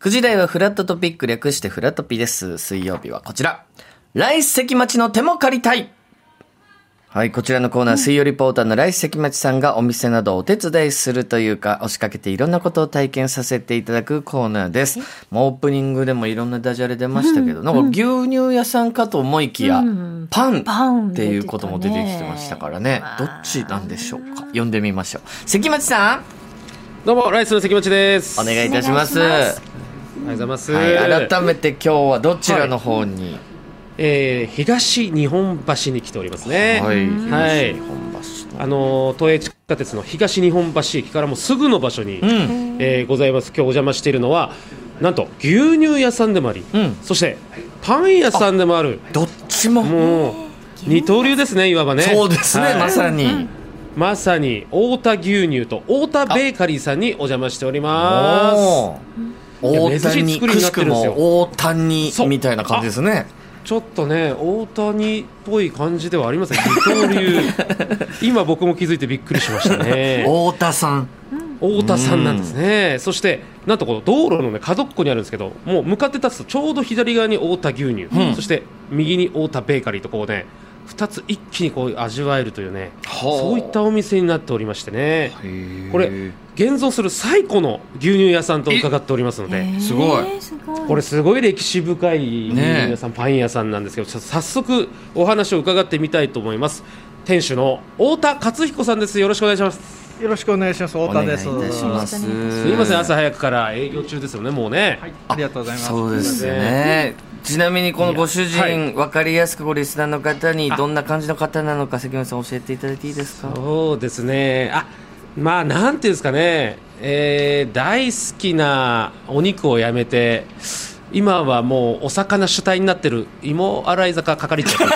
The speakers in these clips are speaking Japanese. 9時台はフラットトピック略してフラトピです。水曜日はこちら。来席待ちの手も借りたいはい、こちらのコーナー、水曜リポーターの来関町さんがお店などをお手伝いするというか、押しかけていろんなことを体験させていただくコーナーです。もうオープニングでもいろんなダジャレ出ましたけど、なんか牛乳屋さんかと思いきや、うんパンパンっていうことも出てきてましたからね。どっちなんでしょうか。読んでみましょう。関町さん、どうもライスの関町です。お願いいたします。お願いしますおはようございます。はい、改めて今日はどちらの方に、えー東日本橋に来ておりますね。はい、は東い日本橋のあのー都営地下鉄の東日本橋駅からもうすぐの場所に、うん、えーございます。今日お邪魔しているのはなんと牛乳屋さんでもあり、うんそしてパン屋さんでもある。どっちも、もう二刀流ですねいわばね。そうですね、はいまさに。まさに太田牛乳と太田ベーカリーさんにお邪魔しております。おおー大いや珍し谷いく作りになしってくるんですよも大谷そうみたいな感じですねちょっとね、大谷っぽい感じではありません、二刀 流、今、僕も気づいてびっくりしましたね、大田さん太田さんなんですね、そしてなんとこの道路の、ね、角っこにあるんですけど、もう向かって立つと、ちょうど左側に太田牛乳、うんそして右に太田ベーカリーと、こうね、2つ一気にこう味わえるというね、ほうそういったお店になっておりましてね、ここれ現存する最古の牛乳屋さんと伺っておりますので。すごいすごいこれすごい歴史深い牛乳ねえ屋さん、パン屋さんなんですけどちょっと早速お話を伺ってみたいと思います店主の太田勝彦さんですよろしくお願いしますよろしくお願いします。太お田願いいでたしす。よますろしくお願いしますすいません朝早くから営業中ですよねもうね、ありがとうございます。そうですねちなみにこのご主はい人わかりやすくごリスナーの方にどんな感じの方なのか関村さん教えていただいていいですかそうですねあまあなんていうんですかね、えー大好きなお肉をやめて今はもうお魚主体になってる芋洗い坂係長ってこ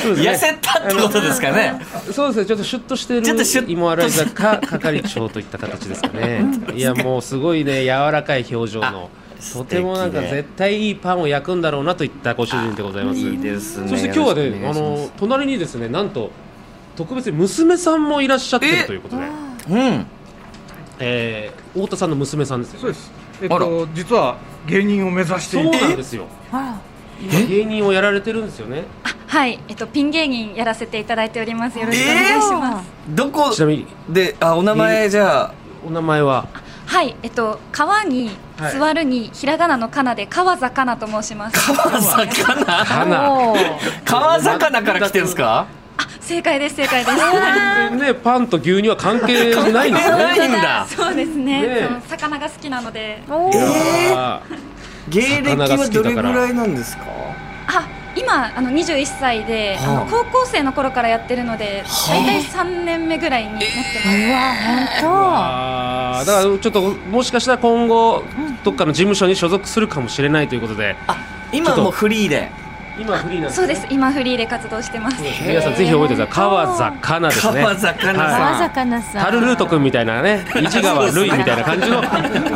とですかねそうですねたってことですかねそうですね、ちょっとシュッとしてちょっとシュッる芋洗い坂係長といった形ですかね。いや、もうすごいね、柔らかい表情の。とてもなんか素敵で絶対いいパンを焼くんだろうなといったご主人でございます。いいですねそして今日はよろしくね、おあ願いのし隣にですね、なんと特別に娘さんもいらっしゃってえるということで、ますうんえー、太田さんの娘さんですよ、ね。そうです。えっあらと実は芸人を目指してそういて、なんですよ。あ今芸人をやられてるんですよね。はい、えっと、ピン芸人やらせていただいております。よろしくお願いします。どこちなみにであお名前じゃあお名前ははい、えっと、川にはい座るに、ひらがなのかなで、川ざかなと申します。川魚 かな。ら川魚から来てるんですかあ、正解です、正解です。ね、パンと牛乳は関係ないんですね。ないんだ そうですね。ねえその魚が好きなので、おいーやー芸歴魚がは好きどだれかぐららいなんですかあ、今、あの、21歳で、あはあの、高校生の頃からやってるので、大体3年目ぐらいになってうわ本あーだからちょっともしかしたら今後どっかの事務所に所属するかもしれないということで今もうフリーで今フリーなんます。そうです、今フリーで活動してます。皆さんぜひ覚えてください川魚ですね川魚当さはんい川魚さんタルルート君みたい なね市川そうですルねイみたいな感じの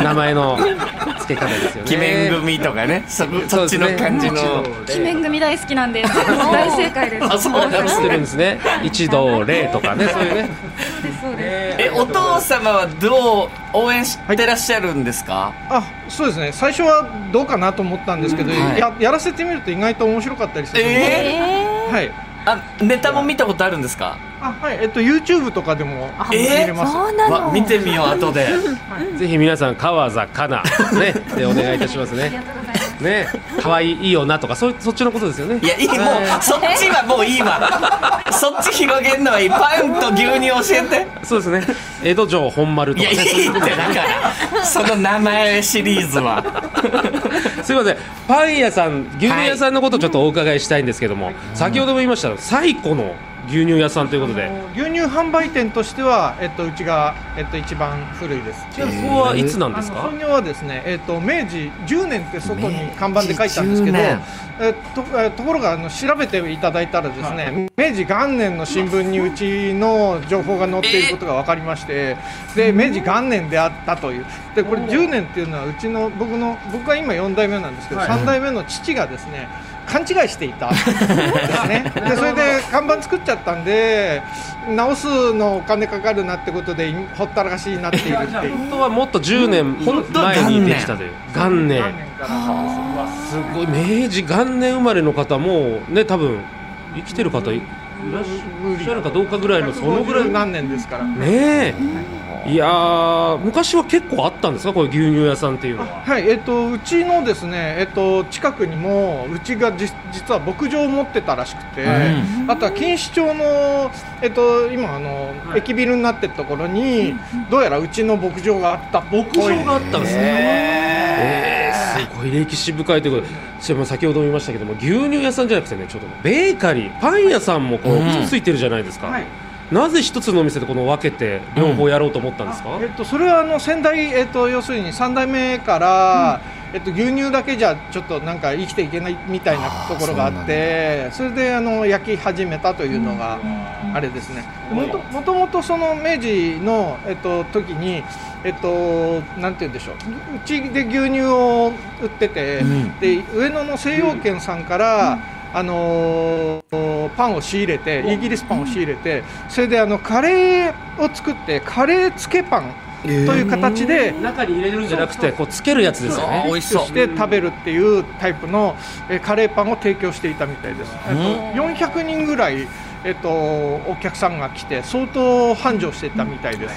名前の付け方ですよ鬼ね面組とかねそそっちの感じの鬼面組大好きなんで、大正解です。あそうなん だ知ってるんですね一同礼とかねそういうねそうです、そうです。えお父様はどう応援してらっしゃるんですか、あ、そうですね。最初はどうかなと思ったんですけど、うんはいややらせてみると意外と面白かったりするのえで、えはい。あネタも見たことあるんですかあ、はい。えっと YouTube とかでも見れー、ます。そうなのわ見てみよう後でぜひ皆さん川魚ねでお願いいたしますねね可愛いよなとかそうそっちのことですよねいやいいもうそっちはもういいわそっち広げんのはいいパンと牛乳教えてそうですね江戸城本丸といかやいねいってだからその名前シリーズはすみませんパン屋さん牛乳屋さんのことをちょっとお伺いしたいんですけども、先ほども言いました最古の牛乳屋さんということで、牛乳販売店としては、えっとうちがえっと一番古いです。じゃあそこはいつなんあですのか創、業はですね、えっと明治10年って外に看板で書いたんですけど明治10年えっとえところがあの調べていただいたらですね、明治元年の新聞にうちの情報が載っていることが分かりましてで明治元年であったというでこれ10年っていうのはうちの僕の僕が今4代目なんですけど、3代目の父がですね勘違いしてい たですねでそれで看板作っちゃったんで直すのお金かかるなってことでほったらかしになっているって いう本当はもっと10年本当は元前年にできたという元年観念からすごい明治元年生まれの方もね多分生きてる方いいらっしゃるかどうかぐらいのそのぐらい150ね何年ですからえいやー昔は結構あったんですかこういう牛乳屋さんっていうのははいえっと、うちのですね、えっと、近くにもうちがじ実は牧場を持ってたらしくて、あとは錦糸町の、えっと、今あの、駅ビルになってるところに、どうやらうちの牧場があったっぽい牧場があったんですねえーすごい歴史深いということでそれも先ほども言いましたけども牛乳屋さんじゃなくてねちょっとベーカリーパン屋さんもこううんくっついてるじゃないですか、はいなぜ一つのお店でこの分けて両方やろうと思ったんですか、えっと、それはあの先代、えっと、要するに3代目から、えっと、牛乳だけじゃちょっとなんか生きていけないみたいなところがあってそれであの焼き始めたというのがあれですね、もともともとその明治の、えっと、時に、えっと、なんて言うんでしょううちで牛乳を売ってて、うんで上野の西洋軒さんから、あのーパンを仕入れてイギリスパンを仕入れてそれであのカレーを作ってカレーつけパンという形で中に入れるんじゃなくてこうつけるやつですよあねー美味しそうして食べるっていうタイプのえーカレーパンを提供していたみたいです、えっと400人ぐらい、えっと、お客さんが来て相当繁盛していたみたいです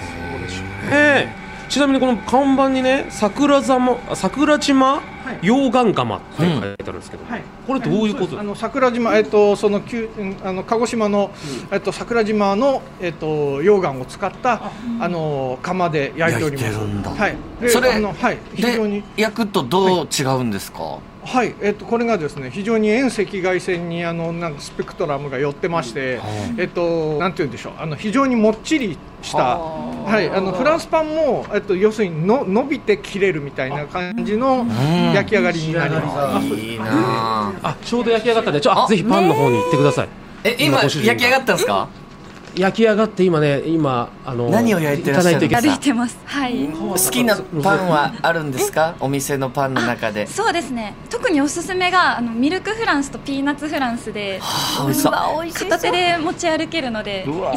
ええちなみにこの看板にね桜ざ、ま、桜島い溶岩釜って書いてあるんですけど、はいこれどういうこそうですとあの桜島、えっと、その旧うんあの鹿児島の、えっと、桜島の、えっと、溶岩を使ったあの窯で焼いております。焼いてるんだはい、でそれあのはい、非常でに、焼くとどう違うんですかはいえっと、これがですね非常に遠赤外線にあのなんかスペクトラムが寄ってまして、えっと、なんて言うんでしょうあの非常にもっちりした、はい、あのフランスパンも、えっと、要するにの伸びて切れるみたいな感じのん焼き上がりになります。いいなぁあちょうど焼き上がったんでちょああぜひパンの方に行ってください、え今ご主焼人きが上がったんですか焼き上がって今ね今あの何を焼いてらっしゃるんですかか 歩ないいてます。はい。と好きなパンはあるんですかお店のパンの中でそうですね。特におすすめがあのミルクフランスとピーナッツフランスで、あ美味しそう片手で持ち歩けるので、いつもこ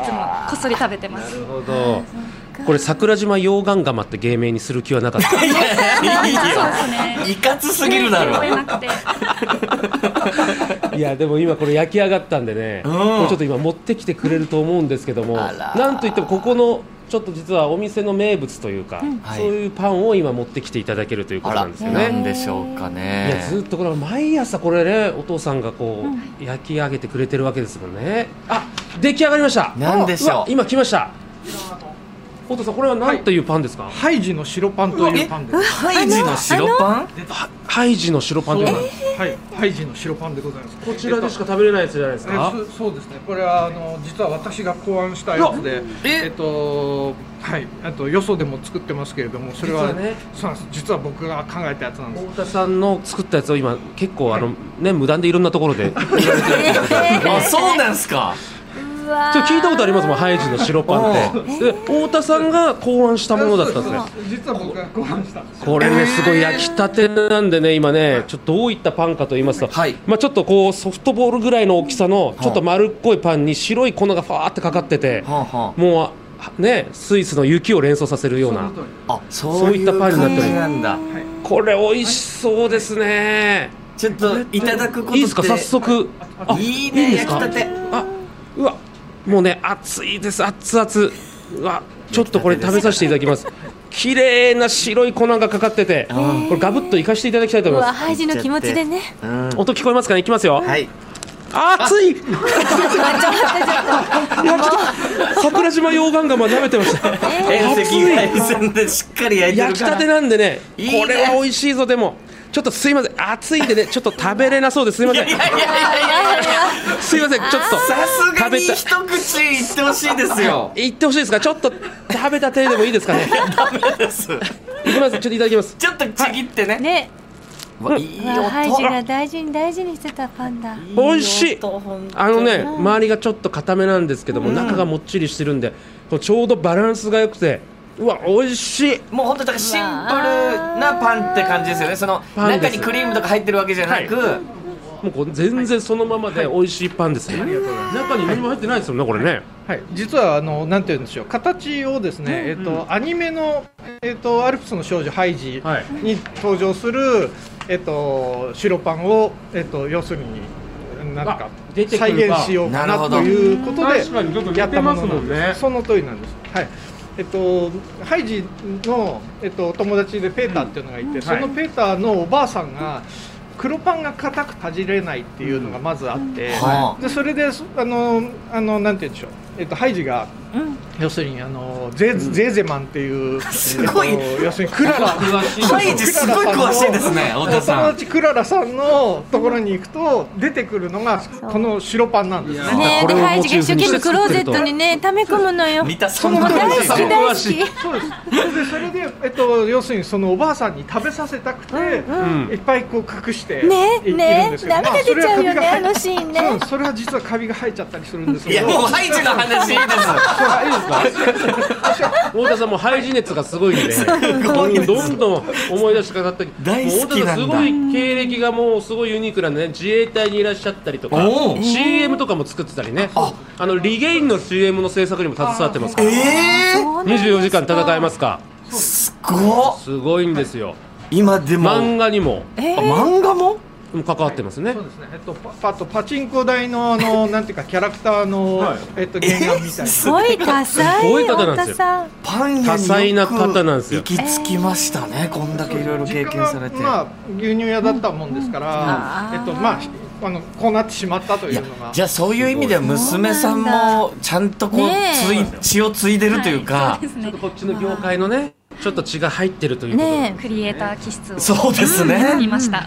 っそり食べてます。なるほどこれ桜島溶岩釜って芸名にする気はなかったそうですね。いかつすぎるだろ覚えなくて。 いやでも今これ焼き上がったんでね、んこれちょっと今持ってきてくれると思うんですけどもあらなんといってもここのちょっと実はお店の名物というか、はいそういうパンを今持ってきていただけるというこあとらなんですよなね。んでしょうかいやねずっとこれ毎朝これねお父さんがこう焼き上げてくれてるわけですもんねあ出来上がりましたなんでしょうわ今来ましたお父さんこれは何というパンですか、ハイジの白パンというパンです。ハイジの白パンハイジの白パンというのははい、ハイジの白パンでございます。こちらでしか食べれないやつじゃないですえかそそうですね。これはあの実は私が考案したやつで、ええっとはい、あとよそでも作ってますけれども、それは実はねそうなんです。実は僕が考えたやつなんです。太田さんの作ったやつを今結構あのね無断でいろんなところでちょっとあそうなんすか聞いたことありますもんハイジの白パンってで太田さんが考案したものだったんですねそうです実は僕が考案したんです。これね、すごい焼きたてなんでね、今ね、ちょっとどういったパンかと言いますと、はいまあ、ちょっとこうソフトボールぐらいの大きさの、ちょっと丸っこいパンに白い粉がファーってかかってて、はあはもうね、スイスの雪を連想させるような、ああそういそういっうたパンになっ感てるじなんだこれ、美味しそうですね。ちょっといただくことっていいですか、早速。あいいねです焼きかたてあうわ、もうね、熱いです、熱々。うわ、ちょっとこれ食べさせていただきます。綺麗な白い粉がかかってて、これガブッといかしていただきたいとう思いわ、ます。ハイジの気持ちでね。うん音聞こえますかね、いきますよ。はいあー熱い。ちょっと桜島溶岩釜舐めてました。遠赤熱い。外線でしっかり焼いてる焼きからたてなんでね、いいねこれは美味しいぞでも。ちょっとすいません、熱いんでね、ちょっと食べれなそうです。すいません。すいません、ちょっさすがに食べた一口いってほしいですよ と。言ってほしいですか。ちょっと食べた手でもいいですかね。ダメですごめんなさい、ちょっといただきます。ちょっとちぎってねね、わいいうわハイジが音大事に大事にしてたパンだ。美味しい。あのね、周りがちょっと固めなんですけども、中がもっちりしてるんで、こうちょうどバランスが良くて、うわ、美味しい。もう本当だからシンプルなパンって感じですよねそのパンで中すにクリームとか入ってるわけじゃなくもうこれ全然そのままで美味しいパンですね、中に何も入ってないですよねこれねはい、実はあのなんて言うんでしょう形をですね、えっとアニメのえっとアルプスの少女ハイジはいに登場するえっと白パンをえっと要するになんあか出てく再るパン現しようかなるほなどということで確かにちょっと似てやったものますなもんんです。ねその通りなんです。はい。えっとハイジのえっとお友達でペーターっていうのがいて、そはのいペーターのおばあさんが。黒パンが硬くたじれないっていうのがまずあって、はあでそれでそあのあのなんて言うんでしょう、えっと、ハイジが、要するにあのゼ,、ゼーゼマンっていうすごい要するにクラ ラハイジすごい詳しいです ね太田さ友ん達クララさんのところに行くと出てくるのがこの白パンなんですね。ねえ、これで、をハイモジチがー一生懸命フにしてクローゼットにね、溜め込むのよ。三田さんのその大大好好きき大大好き。好そうです。でそれでえっと要するにそのおばあさんに食べさせたくて、いっぱいこう隠していねいるんねですよ。涙まあ出そちれはゃうよカビね、があ入っのシーンねそう。ですそれは実はカビが生えちゃったりするんですいけやど。もうハイジの話いいですあいいですか太田さんもハイジ熱がすごいんでごいですどんどん思い出してかかったり大好きなんだもう太田さんすごい経歴がもうすごいユニークなんでね自衛隊にいらっしゃったりとかおう CM とかも作ってたりねあのリゲインの CM の制作にも携わってますからえそうなんです24時間戦えますかー、すごっすごいんですよ今でも漫画にもえあー漫画も関わってますねそうですね。えっとパパとパチンコ台の あのなんていうかキャラクターの、はいえっと原画みたいな。すごい多彩。すごい方なんで太田すよさん。パン屋によく多彩な方なんですよ行き着きましたね、こんだけいろいろ経験されて、実家がまあ牛乳屋だったもんですから、うんえっとまああのこうなってしまったといいやうのが。じゃあそういう意味では娘さんもちゃんとこう、ねつい血を継いでるというか、はいそうちょでっすとねこっちの業界のねちょっと血が入ってるということで、ねクリエイター気質をそうですね見ました、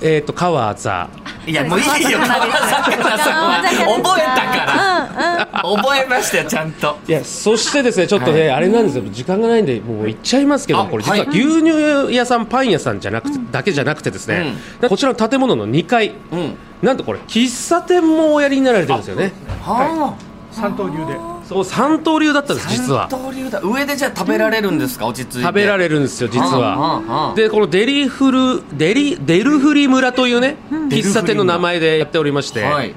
えっ、と川ザいやもういいよ川崎さんは覚えたから、覚えましたよちゃんといやそしてですねちょっとね、あれなんですよ時間がないんでもう行っちゃいますけど、あこれ実ははい牛乳屋さんパン屋さんじゃなくて、だけじゃなくてですね、こちらの建物の2階、うんなんとこれ喫茶店もおやりになられてるんですよねは三刀流で。そう三刀流だったんであす実は三刀流だ上でじゃあ食べられるんですか落ち着いて食べらるれるんですよ実うんうんうはんでこのデリフルデリデルフリ村というね喫茶店の名前でやっておりまして、はい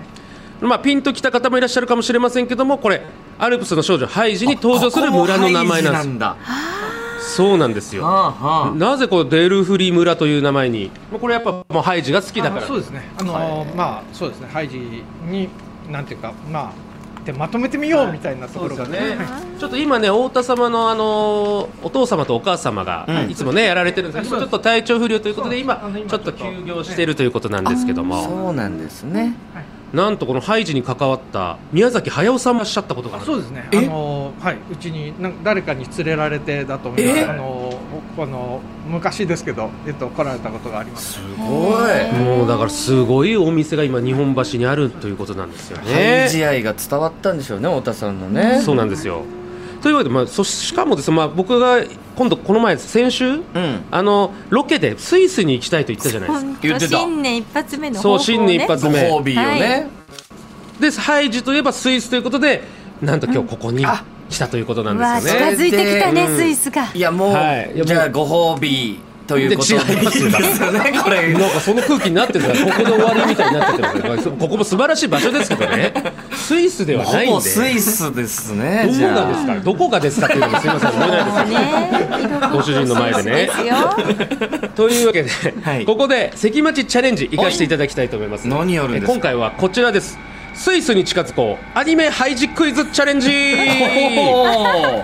まあ、ピンときた方もいらっしゃるかもしれませんけどもこれアルプスの少女ハイジに登場する村の名前なここんですもハイジだそうなんですよはあはあなぜこのデルフリ村という名前にまあこれやっぱもうハイジが好きだからあそうですね。あのーまあそうですね。ハイジになんていうかまあでまとめてみようみたいなところがね。ちょっと今ね太田様のあのお父様とお母様がいつもねやられてるんですけど、今ちょっと体調不良ということで今あの今ちょっと休業しているということなんですけどもそうなんですねなんとこのハイジに関わった宮崎駿さんがおっしゃったことがあるそうですね。あのーはいうちになん誰かに連れられてだと思います。あのーおあのー昔ですけどえっと来られたことがあります。すごいもうだからすごいお店が今日本橋にあるということなんですよハねイ。ジ愛が伝わったんでしょうね太田さんのねそうなんですよ。というわけで、まあ、そしかもですね、まあ、僕が今度この前先週うんあのロケでスイスに行きたいと言ったじゃないですか。本言っ当てた新年一発目のそ方う新年一発ご目褒美をね、でハイジといえばスイスということでなんと今日ここに来たということなんうわですよね。近づいてきたね、うんスイスが。い、やもう、はいいやじゃあご褒美ということでで違いますよですよ ねこれなんかその空気になってるからここで終わりみたいになっててますねここも素晴らしい場所ですけどねスイスではないんほでぼスイスですねどじこゃがあですかどこがですかっていうのもすいませ ん言えないですけどね、ご主人の前でねスイスですよというわけで、はいここで関町チャレンジ行かせていただきたいと思いますはい何やるんですかえ今回はこちらですスイスに近づこうアニメハイジクイズチャレ ンジおー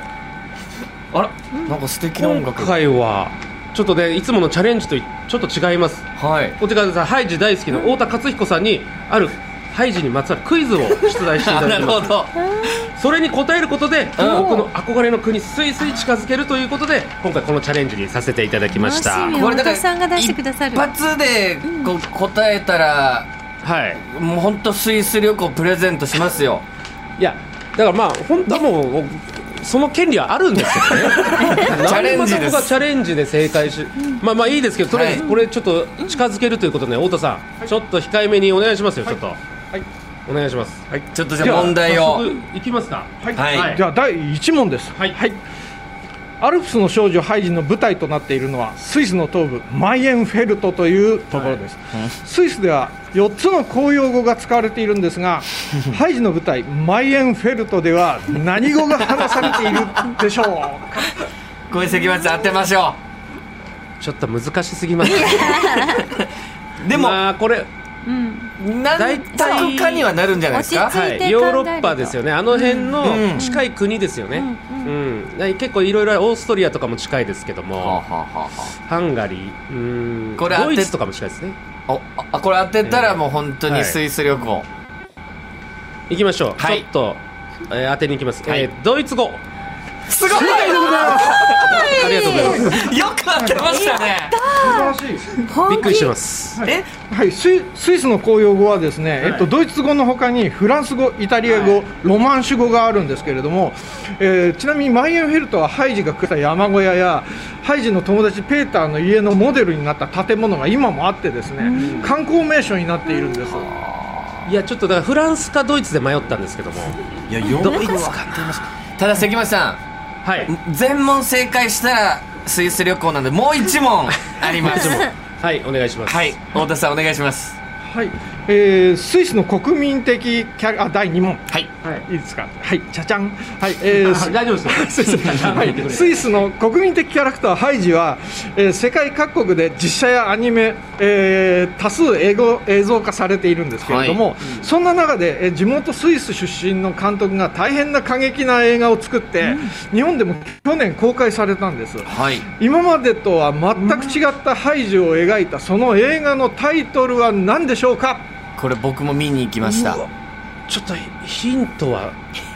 あらなんか素敵な音今楽回はちょっとねいつものチャレンジといちょっと違いますはいお手紙さんハイジ大好きの太田克彦さんにあるハイジにまつわるクイズを出題していあた なだきるまほすどそれに答えることで僕の憧れの国スイスに近づけるということで今回このチャレンジにさせていただきました楽しみこれだから太田さんが出してくださる一発でこう答えたら、はいもう本当スイス旅行プレゼントしますよいやだからまあ本当はもうその権利はあるんですけどね チャレンジです何もそこがチャレンジで正解し、まあまあいいですけどとりあえずはいこれちょっと近づけるということで、ね、太田さん、ちょっと控えめにお願いしますよ、ちょっと、いお願いしますはいちょっとじゃあ問題をいきますかはい。はいじゃあ第一問です。はい、はいアルプスの少女ハイジの舞台となっているのはスイスの東部マイエンフェルトというところです、スイスでは4つの公用語が使われているんです がハイジの舞台マイエンフェルトでは何語が話されているでしょうかこれ関町さん当てましょちょっと難しすぎ ますねうでも、まあこれなんとかにはなるんじゃないですか落ち着いてはい、ヨーロッパですよね、あの辺うんうんの近い国ですよね、うんだから結構いろいろオーストリアとかも近いですけどはも、あはあはハンガリー、うんこれドイ当てツとかも近いですね、あはああこれ当てたらもう本当はにいスイス旅行、いきましょう、はいちょっと、えー当てに行きます、はいえードイツ語、すごいありがとうございます、よく当てましたね 素晴らしいびっくりしてます、えはい、スイスイスの公用語はですね、えっと、ドイツ語の他にフランス語、イタリア語、ロマンシュ語があるんですけれども、えーちなみにマイエンフェルトはハイジが食った山小屋やハイジの友達ペーターの家のモデルになった建物が今もあってですね、観光名所になっているんです、いや、ちょっとだからフランスかドイツで迷ったんですけども、いやよく当てましたただ関町さはい、ん全問正解したらスイス旅行なんでもう一問あり ますはい、お願いします。はい太田さんお願いしますはいえースイスの国民的キャラあ第2問、はいはい、いいですか、はい、ちゃちゃん、はいえー大丈夫ですよはい、スイスの国民的キャラクターハイジは、えー世界各国で実写やアニメ、えー多数英語映像化されているんですけれども、そんな中で、えー地元スイス出身の監督が大変な過激な映画を作って、日本でも去年公開されたんですはい今までとは全く違ったハイジを描いたその映画のタイトルは何でしょうかこれ僕も見に行きましたちょっとヒントは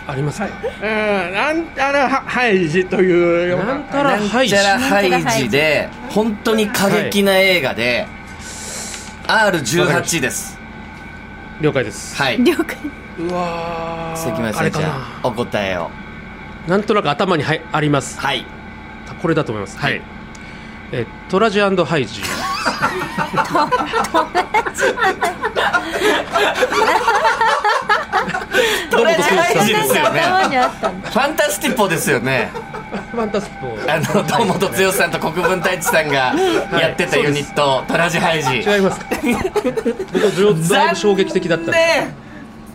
ありますか、うんなんたらハイジというようななんたらなんハイちジゃらハイジで本当に過激な映画で、R18 です了解です、はい了解うわー関町さんじゃあお答えをなんとなく頭にはいあります、はいこれだと思います。はい。えトラジハイジ。トラジハイジ私ですよね頭にあったんだファンタスティポですよねファンタスポ。あの堂本剛さんと国分太一さんがやってたユニット、トラジハイジ違います か。僕は上だいぶ衝撃的だった。ね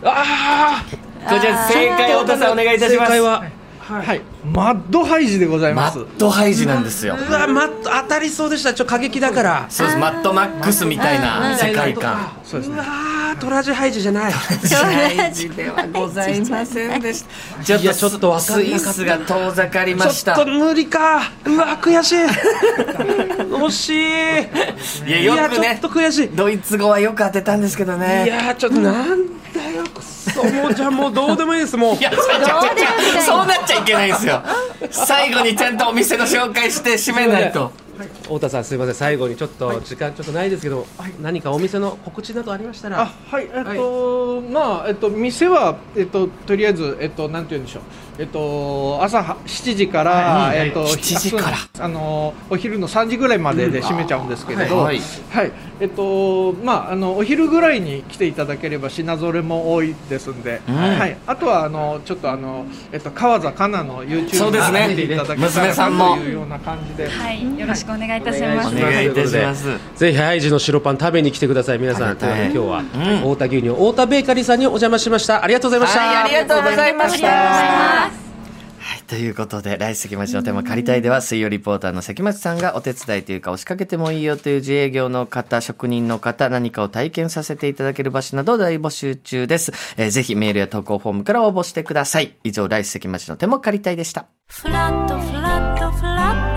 あこれじゃあ正解を太田さんお願いいあたしますは。はい、マッドハイジでございマます。ッドハイジなんですようわ、ま当たりそうでした。ちょっと過激だから。そうですマッドマックスみたいな世界観そうですねうわートラジハイジじゃない。ハイジではございませんでしたちょっいやちょっとわかんなかったスイスが遠ざかりましちょたっと無理か。うわ、悔しい。惜しいやい。いよや、くちょねっと悔しい。ドイツ語はよく当てたんですけどねいやーちょっとなんだよくそもうじゃあもうどうでもいいですもういや、ちょちょちょちょそうなっちゃいけないんですよ。最後にちゃんとお店の紹介して締めないと。太田さんすいません最後にちょっと時間ちょっとないですけど、何かお店の告知などありましたらあはいえっと、まあえっと店はえっととりあえずえっとなんて言うんでしょうえっと朝は7時から、はいえっと7時からああのお昼の3時ぐらいまでで閉めちゃうんですけれど、うんははいい、えっとまああのお昼ぐらいに来ていただければ品揃えも多いですんで、はいあとはあのちょっとあのえっと川座かなの YouTube そうですね見ていただけた娘らさんなもというような感じで。はい、よろしくお願いいたします。お願いいたします。ぜひハイジの白パン食べに来てください皆さんと食べたいいうことで今日は、太田牛乳太田ベーカリーさんにお邪魔しましたありがとうございました、はい、ありがとうございましありがとうございた。ます。はいということで、来世関町のテーマ借りたいでは、水曜リポーターの関町さんがお手伝いというか、押しかけてもいいよという自営業の方、職人の方、何かを体験させていただける場所などを大募集中です。えーぜひメールや投稿フォームから応募してください。以上、来世関町のテーマ借りたいでした。フラットフラットフラットフラット